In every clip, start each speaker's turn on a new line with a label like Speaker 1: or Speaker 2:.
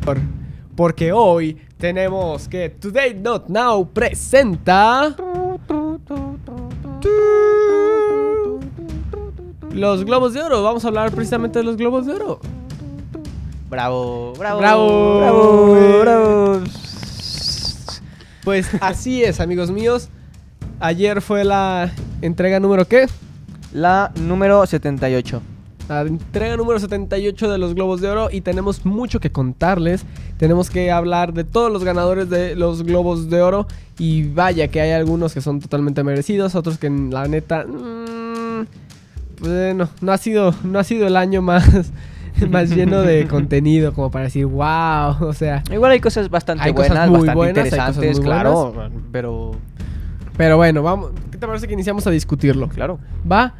Speaker 1: mejor. Porque hoy tenemos que Today Not Now presenta. Los globos de oro. Vamos a hablar precisamente de los globos de oro.
Speaker 2: Bravo, bravo.
Speaker 1: Bravo.
Speaker 2: bravo, bravo.
Speaker 1: Pues así es, amigos míos. Ayer fue la entrega número qué?
Speaker 2: La número 78.
Speaker 1: La entrega número 78 de los Globos de Oro y tenemos mucho que contarles. Tenemos que hablar de todos los ganadores de los Globos de Oro y vaya que hay algunos que son totalmente merecidos, otros que en la neta mm, bueno, no ha sido no ha sido el año más más lleno de contenido como para decir wow, o sea,
Speaker 2: Igual hay cosas bastante
Speaker 1: Hay cosas
Speaker 2: buenas,
Speaker 1: muy
Speaker 2: bastante
Speaker 1: buenas, hay cosas muy
Speaker 2: interesantes, claro. Pero,
Speaker 1: pero bueno, vamos, ¿qué te parece que iniciamos a discutirlo?
Speaker 2: claro.
Speaker 1: ¿Va?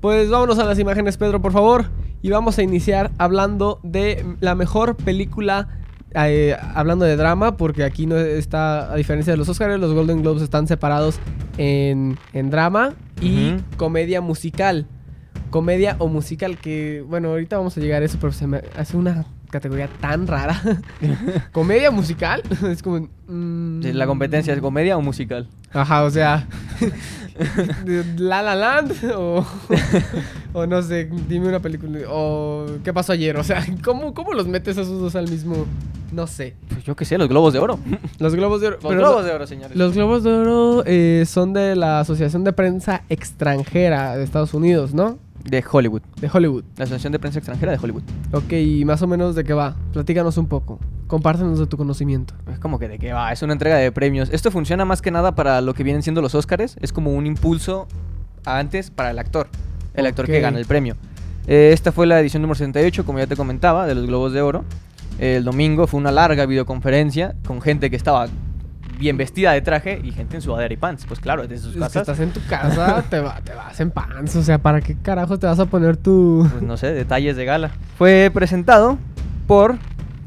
Speaker 1: Pues vámonos a las imágenes, Pedro, por favor. Y vamos a iniciar hablando de la mejor película, eh, hablando de drama, porque aquí no está, a diferencia de los Oscars, los Golden Globes están separados en, en drama y
Speaker 2: Ujú.
Speaker 1: comedia musical. Comedia o musical, que bueno, ahorita vamos a llegar a eso, pero se me hace una categoría tan rara. ¿Comedia musical? es como... mm,
Speaker 2: ¿La competencia es comedia o musical?
Speaker 1: Ajá, o sea, de La La Land o, o no sé, dime una película o ¿Qué pasó ayer? O sea, ¿cómo, cómo los metes a esos dos al mismo? No sé.
Speaker 2: Pues yo qué sé, los globos de oro.
Speaker 1: Los Globos de Oro.
Speaker 2: Los
Speaker 1: pero
Speaker 2: globos
Speaker 1: lo-
Speaker 2: de oro, señores.
Speaker 1: los Globos de Oro eh, son de la Asociación de Prensa Extranjera de Estados Unidos, ¿no?
Speaker 2: De Hollywood.
Speaker 1: De Hollywood.
Speaker 2: La Asociación de Prensa Extranjera de Hollywood.
Speaker 1: Ok, y más o menos de qué va. Platícanos un poco. Compártenos de tu conocimiento.
Speaker 2: Es como que de qué va, es una entrega de premios. Esto funciona más que nada para lo que vienen siendo los Óscares. Es como un impulso a antes para el actor, el actor que
Speaker 1: Ok.
Speaker 2: gana el premio. Eh, esta fue la edición número 78, como ya te comentaba, de los Globos de Oro. El domingo fue una larga videoconferencia con gente que estaba bien vestida de traje y gente en sudadera y pants. Pues claro, desde sus
Speaker 1: Es que
Speaker 2: casas.
Speaker 1: estás en tu casa, te, va- te vas en pants. O sea, ¿para qué carajo te vas a poner tu...?
Speaker 2: pues no sé, detalles de gala. Fue presentado por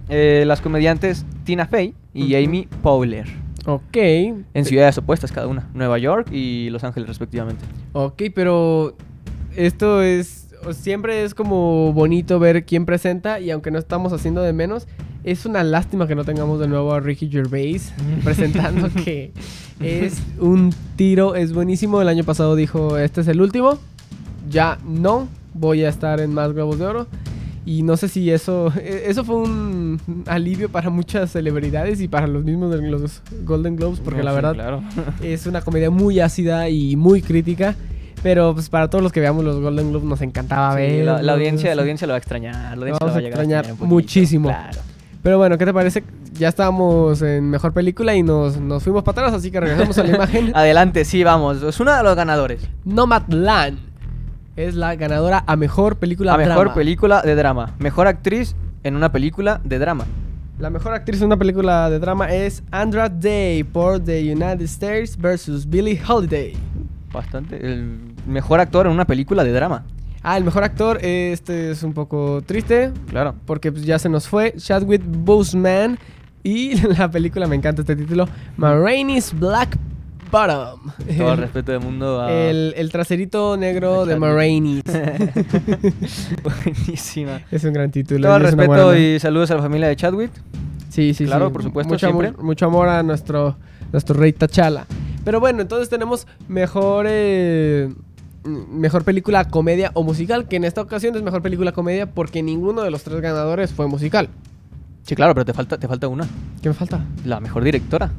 Speaker 2: eh, las comediantes Tina Fey y
Speaker 1: Ujú.
Speaker 2: Amy Powler.
Speaker 1: Ok,
Speaker 2: En ciudades opuestas cada una, Nueva York y Los Ángeles respectivamente.
Speaker 1: Ok, pero esto es. o Siempre es como bonito ver quién presenta y aunque no estamos haciendo de menos, es una lástima que no tengamos de nuevo a Ricky Gervais presentando que es un tiro, es buenísimo. El año pasado dijo, este es el último, ya no voy a estar en más Globos de Oro. Y no sé si eso, e- eso fue un alivio para muchas celebridades y para los mismos de los Golden Globes, porque
Speaker 2: No,
Speaker 1: la
Speaker 2: sí,
Speaker 1: verdad
Speaker 2: claro.
Speaker 1: es una comedia muy ácida y muy crítica. Pero pues para todos los que veamos los Golden Globes nos encantaba
Speaker 2: Sí,
Speaker 1: ver.
Speaker 2: la, la audiencia, la audiencia lo va a extrañar. La audiencia
Speaker 1: Vamos
Speaker 2: lo va
Speaker 1: a
Speaker 2: a llegar a
Speaker 1: extrañar
Speaker 2: extrañar un
Speaker 1: muchísimo.
Speaker 2: Claro.
Speaker 1: Pero bueno, ¿qué te parece? Ya estábamos en mejor película y nos, nos fuimos para atrás, así que regresamos a la imagen.
Speaker 2: Ah. Adelante, sí, vamos. Es uno de los ganadores.
Speaker 1: Nomadland es la ganadora a mejor película
Speaker 2: La mejor
Speaker 1: drama.
Speaker 2: película de drama. Mejor actriz en una película de drama.
Speaker 1: La mejor actriz en una película de drama es Andra Day por The United States versus Billie Holiday.
Speaker 2: Bastante. El mejor actor en una película de drama.
Speaker 1: Ah, el mejor actor, eh, este es un poco triste,
Speaker 2: Claro.
Speaker 1: porque pues, ya se nos fue Chadwick Boseman y la película me encanta este título Marraine's Black Bottom
Speaker 2: Todo el
Speaker 1: el,
Speaker 2: respeto del mundo a.
Speaker 1: el- el traserito negro
Speaker 2: A
Speaker 1: de
Speaker 2: Chadwick.
Speaker 1: Marraine's
Speaker 2: Buenísima.
Speaker 1: es un gran título
Speaker 2: Todo el
Speaker 1: y es una
Speaker 2: respeto
Speaker 1: buena-
Speaker 2: y saludos a la familia de Chadwick.
Speaker 1: sí sí
Speaker 2: claro,
Speaker 1: sí.
Speaker 2: por supuesto,
Speaker 1: mucho
Speaker 2: siempre.
Speaker 1: amor, mucho amor a nuestro nuestro rey Tachala pero bueno entonces tenemos mejor eh, m- Mejor película comedia o musical, que en esta ocasión es mejor película comedia porque ninguno de los tres ganadores fue musical.
Speaker 2: Sí, claro, pero te falta, te falta una.
Speaker 1: ¿Qué me falta?
Speaker 2: La mejor directora.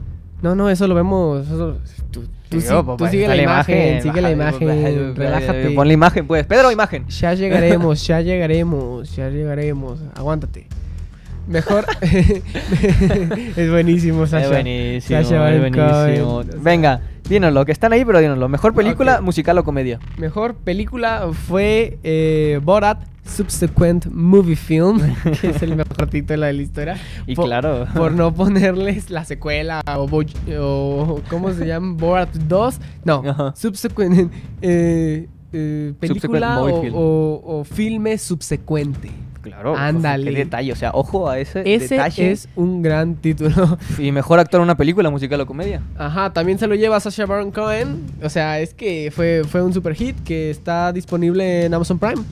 Speaker 1: No, no, eso lo vemos. eso- tú tú sí-
Speaker 2: Yo,
Speaker 1: tú
Speaker 2: papá,
Speaker 1: sigue
Speaker 2: pues, está
Speaker 1: la imagen, sigue la
Speaker 2: baja, pues,
Speaker 1: imagen,
Speaker 2: baja,
Speaker 1: relájate.
Speaker 2: Pon la imagen, pues. Pedro, imagen.
Speaker 1: Ya llegaremos, ya llegaremos, ya llegaremos. Aguántate. Mejor. es buenísimo, Sasha.
Speaker 2: Es buenísimo,
Speaker 1: Sasha
Speaker 2: es
Speaker 1: Baron Cohen.
Speaker 2: buenísimo. Venga, dínoslo, que están ahí, pero dínoslo. ¿Mejor película,
Speaker 1: Ok.
Speaker 2: musical o comedia?
Speaker 1: Mejor película fue eh, Borat Subsequent Movie Film, que es el mejor título de la historia.
Speaker 2: Y
Speaker 1: Po-
Speaker 2: claro.
Speaker 1: Por no ponerles la secuela o, bo- o- ¿cómo se llama? Borat 2. No,
Speaker 2: Ajá.
Speaker 1: subsequent eh, eh, película
Speaker 2: movie
Speaker 1: o,
Speaker 2: film.
Speaker 1: o- o filme subsecuente.
Speaker 2: Claro.
Speaker 1: pues,
Speaker 2: ojo,
Speaker 1: Ándale.
Speaker 2: Qué detalle, o sea, ojo a ese,
Speaker 1: Ese
Speaker 2: Eh, detalle.
Speaker 1: es un gran título.
Speaker 2: Y mejor actor en una película, musical o comedia.
Speaker 1: Ajá, también se lo lleva Sasha Baron Cohen. O sea, es que fue, fue un super hit que está disponible en Amazon Prime.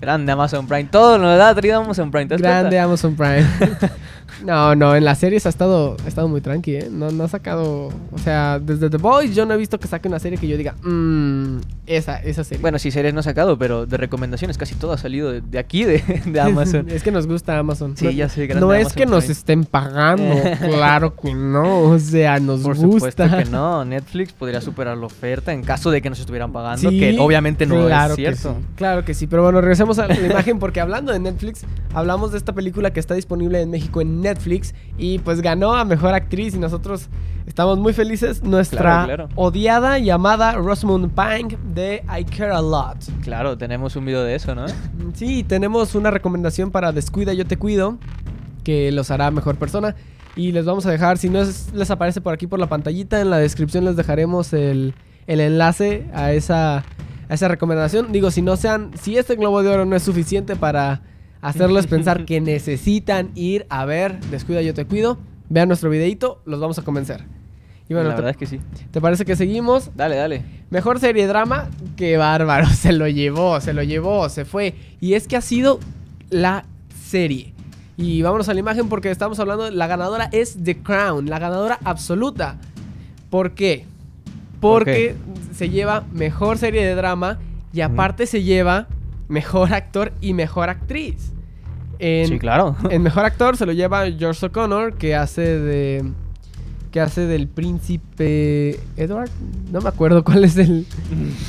Speaker 2: Grande Amazon Prime. Todo nos da traído Amazon Prime. ¿te das cuenta?
Speaker 1: Grande Amazon Prime. no, no, en las series ha estado, ha estado muy tranqui, ¿eh? No, no ha sacado. O sea, desde The Boys yo no he visto que saque una serie que yo diga, mmm, esa, esa serie.
Speaker 2: Bueno, sí, series no ha sacado, pero de recomendaciones casi todo ha salido de, de aquí, de, de Amazon.
Speaker 1: es que nos gusta Amazon.
Speaker 2: Sí,
Speaker 1: no,
Speaker 2: ya sé, grande
Speaker 1: No es
Speaker 2: Amazon
Speaker 1: que nos
Speaker 2: Prime.
Speaker 1: estén pagando, claro que no. O sea, nos
Speaker 2: Por
Speaker 1: gusta.
Speaker 2: supuesto que no. Netflix podría superar la oferta en caso de que nos estuvieran pagando,
Speaker 1: Sí,
Speaker 2: que obviamente no
Speaker 1: claro
Speaker 2: es
Speaker 1: que
Speaker 2: cierto.
Speaker 1: sí, claro que sí, pero bueno, regresemos a la imagen porque hablando de Netflix, hablamos de esta película que está disponible en México en Netflix y pues ganó a Mejor Actriz y nosotros estamos muy felices. Nuestra
Speaker 2: Claro, claro.
Speaker 1: odiada y amada Rosamund Pike de I Care A Lot.
Speaker 2: Claro, tenemos un video de eso, ¿no?
Speaker 1: Mm, Sí, tenemos una recomendación para Descuida Yo Te Cuido, que los hará mejor persona. Y les vamos a dejar, si no es- les aparece por aquí por la pantallita, en la descripción les dejaremos el, el enlace a esa, a esa recomendación. Digo, si no sean, si este globo de oro no es suficiente para hacerles pensar que necesitan ir a ver Descuida Yo Te Cuido, vean nuestro videito, los vamos a convencer. Y bueno,
Speaker 2: la verdad
Speaker 1: te,
Speaker 2: es que sí.
Speaker 1: ¿te parece que seguimos?
Speaker 2: Dale, dale.
Speaker 1: Mejor serie drama, qué bárbaro, se lo llevó, se lo llevó, se fue. Y es que ha sido la serie. Y vámonos a la imagen porque estamos hablando, la ganadora es The Crown, la ganadora absoluta. ¿Por qué?
Speaker 2: ¿Por
Speaker 1: Porque se lleva mejor serie de drama y
Speaker 2: Ujú.
Speaker 1: aparte se lleva mejor actor y mejor actriz. En,
Speaker 2: sí, claro.
Speaker 1: en mejor actor se lo lleva George O'Connor, que hace de. que hace del príncipe. Edward? No me acuerdo cuál es el.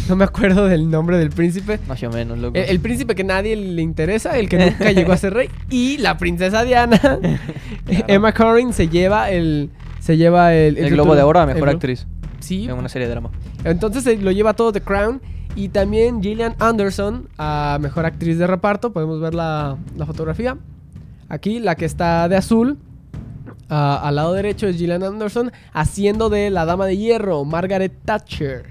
Speaker 1: No me acuerdo del nombre del príncipe.
Speaker 2: Más o menos, loco.
Speaker 1: El, el príncipe que nadie le interesa, el que nunca llegó a ser rey. Y la princesa Diana. Emma Corrin se lleva el. Se lleva el.
Speaker 2: El Globo de Oro a
Speaker 1: el
Speaker 2: Mejor
Speaker 1: Glo-
Speaker 2: Actriz
Speaker 1: Sí.
Speaker 2: en una serie de drama.
Speaker 1: Entonces se lo lleva todo The Crown. Y también Gillian Anderson a mejor actriz de reparto. Podemos ver la, la fotografía. Aquí, la que está de azul. ah, al lado derecho es Gillian Anderson haciendo de la dama de hierro, Margaret Thatcher.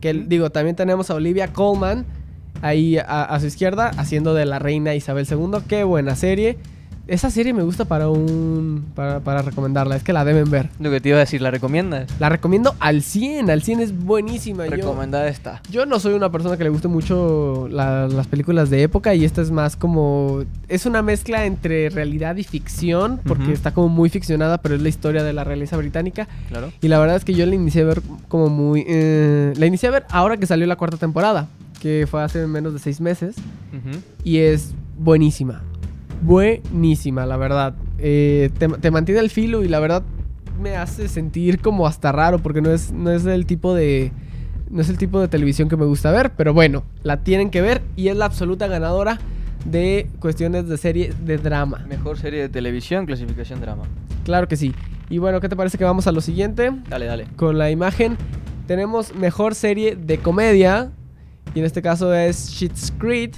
Speaker 1: Que digo, también tenemos a Olivia Colman ahí a, a su izquierda haciendo de la reina Isabel II. Qué buena serie. Esa serie me gusta para un para, para recomendarla. Es que la deben ver.
Speaker 2: Lo que te iba a decir, ¿la recomiendas?
Speaker 1: La recomiendo al 100. Al 100 es buenísima. Yo-
Speaker 2: Recomendada está.
Speaker 1: yo no soy una persona que le guste mucho la- las películas de época y esta es más como... Es una mezcla entre realidad y ficción, porque
Speaker 2: Ujú.
Speaker 1: está como muy ficcionada, pero es la historia de la realeza británica.
Speaker 2: Claro.
Speaker 1: Y la verdad es que yo la inicié a ver como muy... eh, la inicié a ver ahora que salió la cuarta temporada, que fue hace menos de seis meses,
Speaker 2: Ujú.
Speaker 1: y es buenísima. Buenísima, la verdad. Eh, te, te mantiene al filo y la verdad me hace sentir como hasta raro porque no es, no es el tipo de... No es el tipo de televisión que me gusta ver, pero bueno, la tienen que ver y es la absoluta ganadora de cuestiones de serie de drama.
Speaker 2: Mejor serie de televisión, clasificación drama.
Speaker 1: Claro que sí. Y bueno, ¿qué te parece que vamos a lo siguiente?
Speaker 2: Dale, dale.
Speaker 1: Con la imagen tenemos mejor serie de comedia y en este caso es Shit's Creek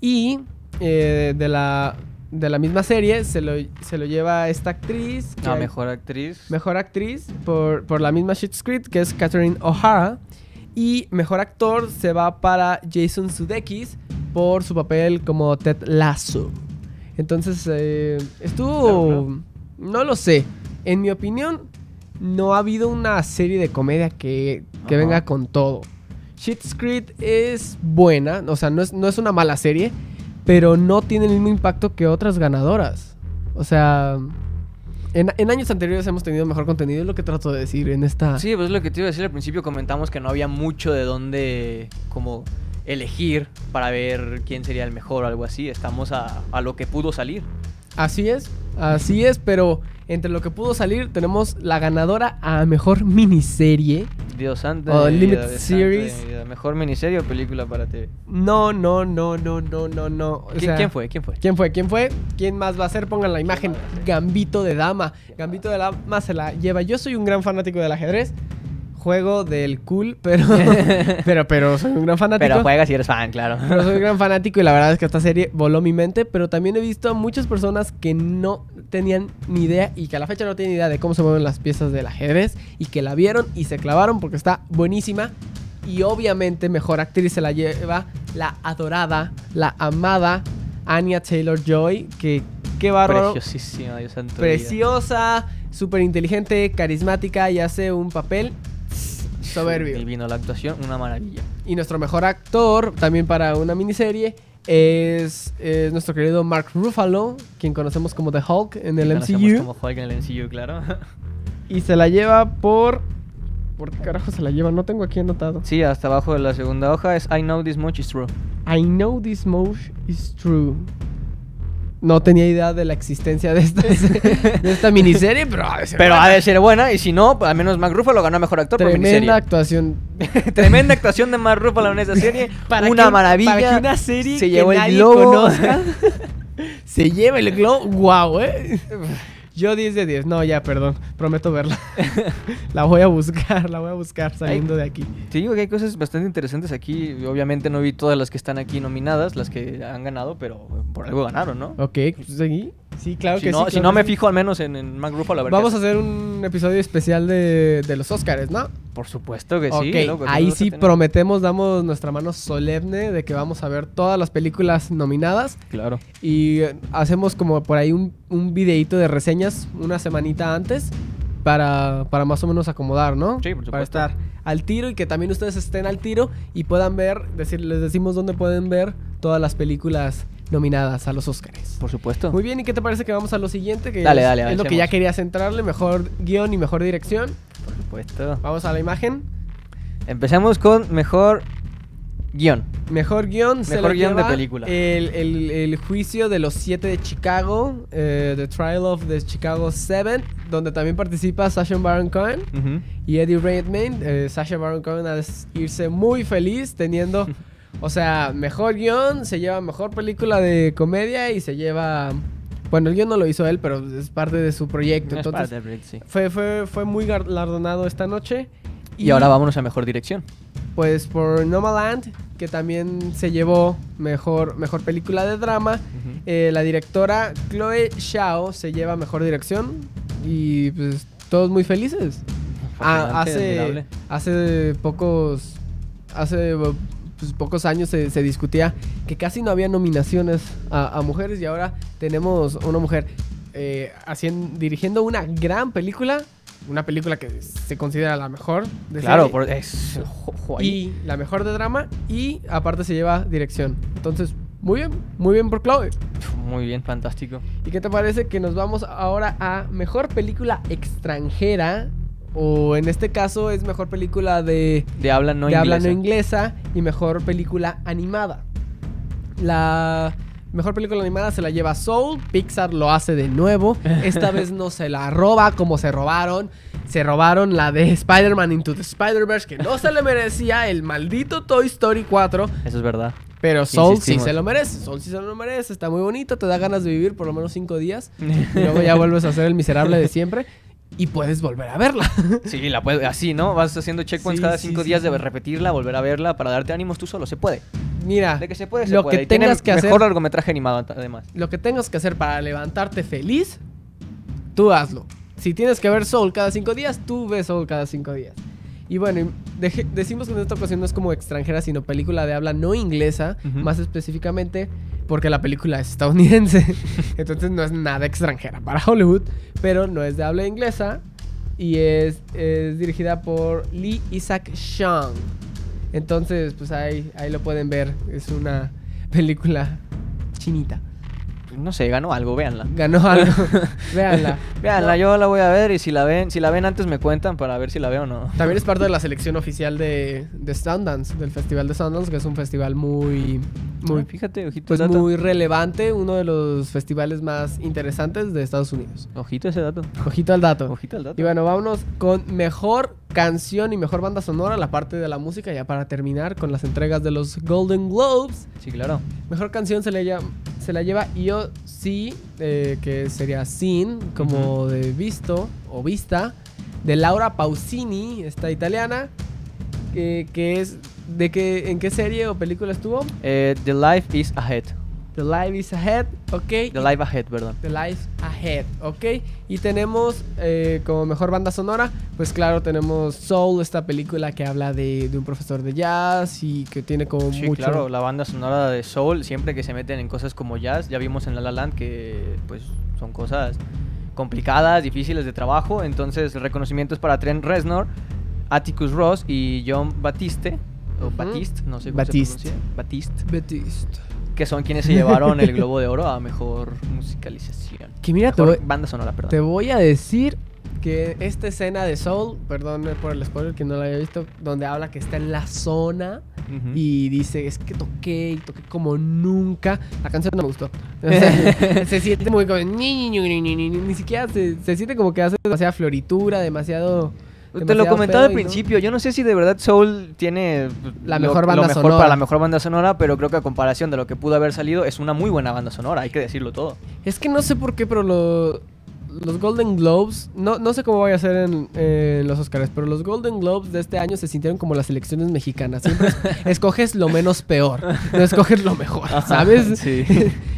Speaker 1: y eh, de la de la misma serie se lo, se lo lleva esta actriz que
Speaker 2: Ah,
Speaker 1: hay-
Speaker 2: mejor actriz.
Speaker 1: mejor actriz por, por la misma Shit's Creek que es Catherine O'Hara y mejor actor se va para Jason Sudeikis por su papel como Ted Lasso entonces eh, estuvo
Speaker 2: Claro, claro.
Speaker 1: no lo sé en mi opinión no ha habido una serie de comedia que, que
Speaker 2: Ajá.
Speaker 1: venga con todo Shit's Creek es buena o sea no es, no es una mala serie pero no tiene el mismo impacto que otras ganadoras o sea en, en años anteriores hemos tenido mejor contenido, es lo que trato de decir en esta...
Speaker 2: Sí, pues lo que te iba a decir al principio comentamos que no había mucho de dónde como elegir para ver quién sería el mejor o algo así. Estamos a, a lo que pudo salir.
Speaker 1: Así es, así es, pero entre lo que pudo salir tenemos la ganadora a mejor miniserie.
Speaker 2: Dios santo.
Speaker 1: O
Speaker 2: de mi
Speaker 1: Limited
Speaker 2: vida, Dios santo de mi
Speaker 1: Series.
Speaker 2: vida. Mejor miniserie o película para TV.
Speaker 1: No, no, no, no, no, no, no. o
Speaker 2: ¿Qui-
Speaker 1: sea,
Speaker 2: ¿Quién fue? ¿Quién fue?
Speaker 1: ¿Quién fue? ¿Quién fue? ¿Quién más va a ser? Pongan la imagen.
Speaker 2: más va a ser?
Speaker 1: Gambito de dama. Gambito de dama se la lleva. Yo soy un gran fanático del ajedrez. Juego del cool, pero... pero, pero soy un gran fanático.
Speaker 2: Pero juegas y eres fan, claro.
Speaker 1: Pero soy gran fanático y la verdad es que esta serie voló mi mente, pero también he visto a muchas personas que no tenían ni idea y que a la fecha no tienen idea de cómo se mueven las piezas del ajedrez y que la vieron y se clavaron porque está buenísima y obviamente mejor actriz se la lleva la adorada, la amada Anya Taylor-Joy, que qué bárbaro,
Speaker 2: Preciosísima, Dios santo. de mi vida.
Speaker 1: preciosa, súper inteligente, carismática y hace un papel soberbio.
Speaker 2: Divino la actuación, una maravilla.
Speaker 1: Y nuestro mejor actor, también para una miniserie, es, es nuestro querido Mark Ruffalo, quien conocemos como The Hulk en el MCU.
Speaker 2: Como Hulk en el MCU, claro.
Speaker 1: Y se la lleva por... ¿Por qué carajo se la lleva? No tengo aquí anotado.
Speaker 2: sí, hasta abajo de la segunda hoja es I know this much is true.
Speaker 1: I know this much is true. No tenía idea de la existencia de, estas- de esta miniserie, pero ha de ser
Speaker 2: Pero
Speaker 1: buena.
Speaker 2: ha de ser buena, y si no, pues, al menos Mark Ruffalo ganó a mejor actor por
Speaker 1: tremenda
Speaker 2: miniserie.
Speaker 1: actuación.
Speaker 2: Tremenda actuación de Mark Ruffalo en esa serie. una
Speaker 1: que-
Speaker 2: maravilla.
Speaker 1: Para que una serie
Speaker 2: se
Speaker 1: que
Speaker 2: llevó el
Speaker 1: nadie
Speaker 2: globo.
Speaker 1: conozca, se lleva el globo. Wow, eh. Yo 10 de 10. No, ya, perdón. Prometo verla. la voy a buscar, la voy a buscar saliendo de aquí.
Speaker 2: Te digo que hay cosas bastante interesantes aquí. Obviamente no vi todas las que están aquí nominadas, las que han ganado, pero por algo ganaron, ¿no?
Speaker 1: Ok, seguí. Sí, claro
Speaker 2: si
Speaker 1: que
Speaker 2: no,
Speaker 1: sí.
Speaker 2: si
Speaker 1: claro
Speaker 2: no
Speaker 1: que
Speaker 2: me
Speaker 1: sí.
Speaker 2: fijo al menos en, en Mark Ruffalo, a ver qué
Speaker 1: Vamos a
Speaker 2: hace.
Speaker 1: hacer un episodio especial de, de los Oscars, ¿no?
Speaker 2: Por supuesto que Pues sí.
Speaker 1: Ok,
Speaker 2: loco,
Speaker 1: ahí
Speaker 2: nosotros
Speaker 1: sí
Speaker 2: tenemos-
Speaker 1: prometemos, damos nuestra mano solemne de que vamos a ver todas las películas nominadas
Speaker 2: Claro.
Speaker 1: y eh, hacemos como por ahí un, un videíto de reseñas una semanita antes para, para más o menos acomodar, ¿no?
Speaker 2: Sí, por
Speaker 1: Para
Speaker 2: supuesto.
Speaker 1: estar al tiro y que también ustedes estén al tiro y puedan ver, decir, les decimos dónde pueden ver todas las películas nominadas a los Oscars.
Speaker 2: Por supuesto.
Speaker 1: Muy bien, ¿y qué te parece que vamos a lo siguiente? Que
Speaker 2: Dale,
Speaker 1: es,
Speaker 2: dale,
Speaker 1: es lo que
Speaker 2: avancemos.
Speaker 1: ya querías entrarle, mejor guión y mejor dirección.
Speaker 2: Por supuesto.
Speaker 1: Vamos a la imagen.
Speaker 2: Empezamos con mejor guión.
Speaker 1: Mejor guión,
Speaker 2: Mejor guión de película.
Speaker 1: El, el- el juicio de los siete de Chicago, eh, The Trial of the Chicago Seven, donde también participa Sasha Baron Cohen y Eddie Redmayne. Eh, Sasha Baron Cohen al s- irse muy feliz teniendo, o sea, mejor guión, se lleva mejor película de comedia y se lleva, bueno, el guión no lo hizo él, pero es parte de su proyecto.
Speaker 2: Es
Speaker 1: Entonces
Speaker 2: parte del proyecto, sí.
Speaker 1: fue, fue, fue muy galardonado esta noche.
Speaker 2: Y ahora vámonos a mejor dirección.
Speaker 1: pues por Nomaland, que también se llevó mejor, mejor película de drama. Eh, la directora Chloe Shao se lleva mejor dirección y pues todos muy felices. Ah,
Speaker 2: Fascinante,
Speaker 1: hace,
Speaker 2: admirable.
Speaker 1: hace pocos hace pues, pocos años se, se discutía que casi no había nominaciones a, a mujeres y ahora tenemos una mujer eh, haciendo, dirigiendo una gran película, una película que se considera la mejor. de
Speaker 2: Claro,
Speaker 1: serie.
Speaker 2: por- es. jo- jo- ahí.
Speaker 1: Y la mejor de drama y aparte se lleva dirección. Entonces, muy bien, muy bien por Chloe.
Speaker 2: Pf, Muy bien, fantástico.
Speaker 1: ¿Y qué te parece que nos vamos ahora a mejor película extranjera? O en este caso es mejor película de,
Speaker 2: De habla no
Speaker 1: de habla no
Speaker 2: inglesa.
Speaker 1: inglesa y mejor película animada. La mejor película animada se la lleva Soul, Pixar lo hace de nuevo, esta vez no se la roba como se robaron, se robaron la de Spider-Man Into the Spider-Verse que no se le merecía el maldito Toy Story 4,
Speaker 2: Eso es verdad.
Speaker 1: pero Soul sí
Speaker 2: Insistimos.
Speaker 1: se lo merece, Soul sí se lo merece, está muy bonito, te da ganas de vivir por lo menos cinco días y luego ya vuelves a ser el miserable de siempre y puedes volver a verla.
Speaker 2: Sí, la puedes, así, ¿no? Vas haciendo checkpoints
Speaker 1: Sí,
Speaker 2: cada
Speaker 1: sí,
Speaker 2: cinco
Speaker 1: sí,
Speaker 2: días
Speaker 1: sí.
Speaker 2: de repetirla, volver a verla para darte ánimos tú solo. Se puede.
Speaker 1: Mira,
Speaker 2: De que se puede, se
Speaker 1: Ah. lo
Speaker 2: puede.
Speaker 1: que
Speaker 2: Y tiene
Speaker 1: tengas que hacer
Speaker 2: Mejor largometraje animado, ta- además.
Speaker 1: lo que tengas que hacer para levantarte feliz, tú hazlo. Si tienes que ver Soul cada cinco días, tú ves Soul cada cinco días. Y bueno, y deje- decimos que en esta ocasión no es como extranjera, sino película de habla no inglesa,
Speaker 2: Ujú.
Speaker 1: más específicamente porque la película es estadounidense. Entonces no es nada extranjera para Hollywood, pero no es de habla inglesa y es, es dirigida por Lee Isaac Chung. Entonces, pues ahí, ahí lo pueden ver. Es una película chinita.
Speaker 2: No sé, ganó algo, véanla.
Speaker 1: Ganó algo. Véanla.
Speaker 2: Véanla, yo la voy a ver y si la ven, si la ven antes me cuentan para ver si la veo o no.
Speaker 1: También es parte de la selección oficial de, de Sundance, del Festival de Sundance, que es un festival muy, muy,
Speaker 2: Ah, fíjate, ojito
Speaker 1: pues
Speaker 2: ese dato.
Speaker 1: muy relevante, uno de los festivales más interesantes de Estados Unidos.
Speaker 2: Ojito ese dato.
Speaker 1: Ojito al dato.
Speaker 2: Ojito al dato.
Speaker 1: Y bueno, vámonos con mejor canción y mejor banda sonora, la parte de la música, ya para terminar con las entregas de los Golden Globes.
Speaker 2: Sí, claro.
Speaker 1: Mejor canción se, le llama- se la lleva Io Sí, eh, que sería Sin, como de visto o vista, de Laura Pausini, esta italiana, que, que es de que en qué serie o película estuvo?
Speaker 2: Eh, The Life is Ahead.
Speaker 1: The Life is Ahead, ok. y-
Speaker 2: The Life Ahead, perdón.
Speaker 1: The Life Ahead, ok. Y tenemos eh, como mejor banda sonora, pues claro, tenemos Soul, esta película que habla de, de un profesor de jazz y que tiene como
Speaker 2: Sí,
Speaker 1: mucho.
Speaker 2: claro, la banda sonora de Soul, siempre que se meten en cosas como jazz, ya vimos en La La Land que pues son cosas complicadas, difíciles de trabajo, entonces reconocimientos para Trent Reznor, Atticus Ross y John Batiste, o
Speaker 1: Ujú.
Speaker 2: Batiste, no sé cómo
Speaker 1: Batiste.
Speaker 2: se pronuncia, Batiste.
Speaker 1: Batiste.
Speaker 2: que son quienes se llevaron el Globo de Oro a mejor musicalización.
Speaker 1: Que mira, te
Speaker 2: Mejor
Speaker 1: voy-
Speaker 2: banda sonora, perdón.
Speaker 1: Te voy a decir que esta escena de Soul, perdón por el spoiler que no la había visto, donde habla que está en la zona
Speaker 2: Ujú.
Speaker 1: y dice, es que toqué y toqué como nunca. La canción no me gustó. O sea, se siente muy como... Ni, ni, ni, ni, ni, ni, ni, ni siquiera se, se siente como que hace demasiada floritura, demasiado...
Speaker 2: Te lo
Speaker 1: demasiado
Speaker 2: comentaba al
Speaker 1: pedo y no.
Speaker 2: principio, yo no sé si de verdad Soul tiene pues,
Speaker 1: La mejor banda
Speaker 2: mejor
Speaker 1: sonora.
Speaker 2: para la mejor banda sonora, pero creo que a comparación de lo que pudo haber salido es una muy buena banda sonora, hay que decirlo todo.
Speaker 1: Es que no sé por qué, pero lo- los Golden Globes, no, no sé cómo vaya a ser en, en los Oscars, pero los Golden Globes de este año se sintieron como las elecciones mexicanas. Siempre es- escoges lo menos peor, no escoges lo mejor, ¿sabes?
Speaker 2: Sí.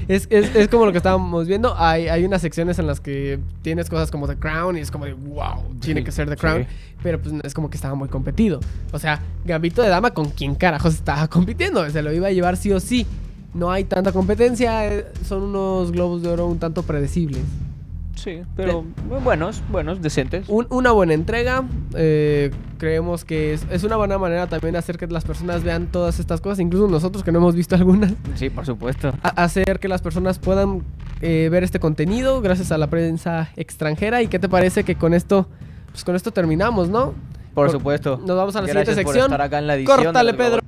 Speaker 1: Es, es- es como lo que estábamos viendo. Hay, hay unas secciones en las que tienes cosas como The Crown y es como de wow, tiene
Speaker 2: Sí,
Speaker 1: que ser The
Speaker 2: sí.
Speaker 1: Crown. Pero pues no, es como que estaba muy competido. O sea, Gambito de Dama, ¿con quién carajos estaba compitiendo? Se lo iba a llevar sí o sí. No hay tanta competencia. eh, Son unos globos de oro un tanto predecibles.
Speaker 2: Sí, pero muy buenos, buenos, decentes.
Speaker 1: Un- una buena entrega. eh, creemos que es, es una buena manera también de hacer que las personas vean todas estas cosas, incluso nosotros que no hemos visto algunas.
Speaker 2: Sí, por supuesto.
Speaker 1: a- hacer que las personas puedan eh, ver este contenido gracias a la prensa extranjera. ¿Y qué te parece que con esto, pues con esto terminamos, no?
Speaker 2: Por
Speaker 1: Por-
Speaker 2: supuesto.
Speaker 1: Nos vamos a la
Speaker 2: Gracias
Speaker 1: siguiente
Speaker 2: por
Speaker 1: sección.
Speaker 2: estar acá en la edición de
Speaker 1: Córtale,
Speaker 2: los Globos
Speaker 1: Pedro.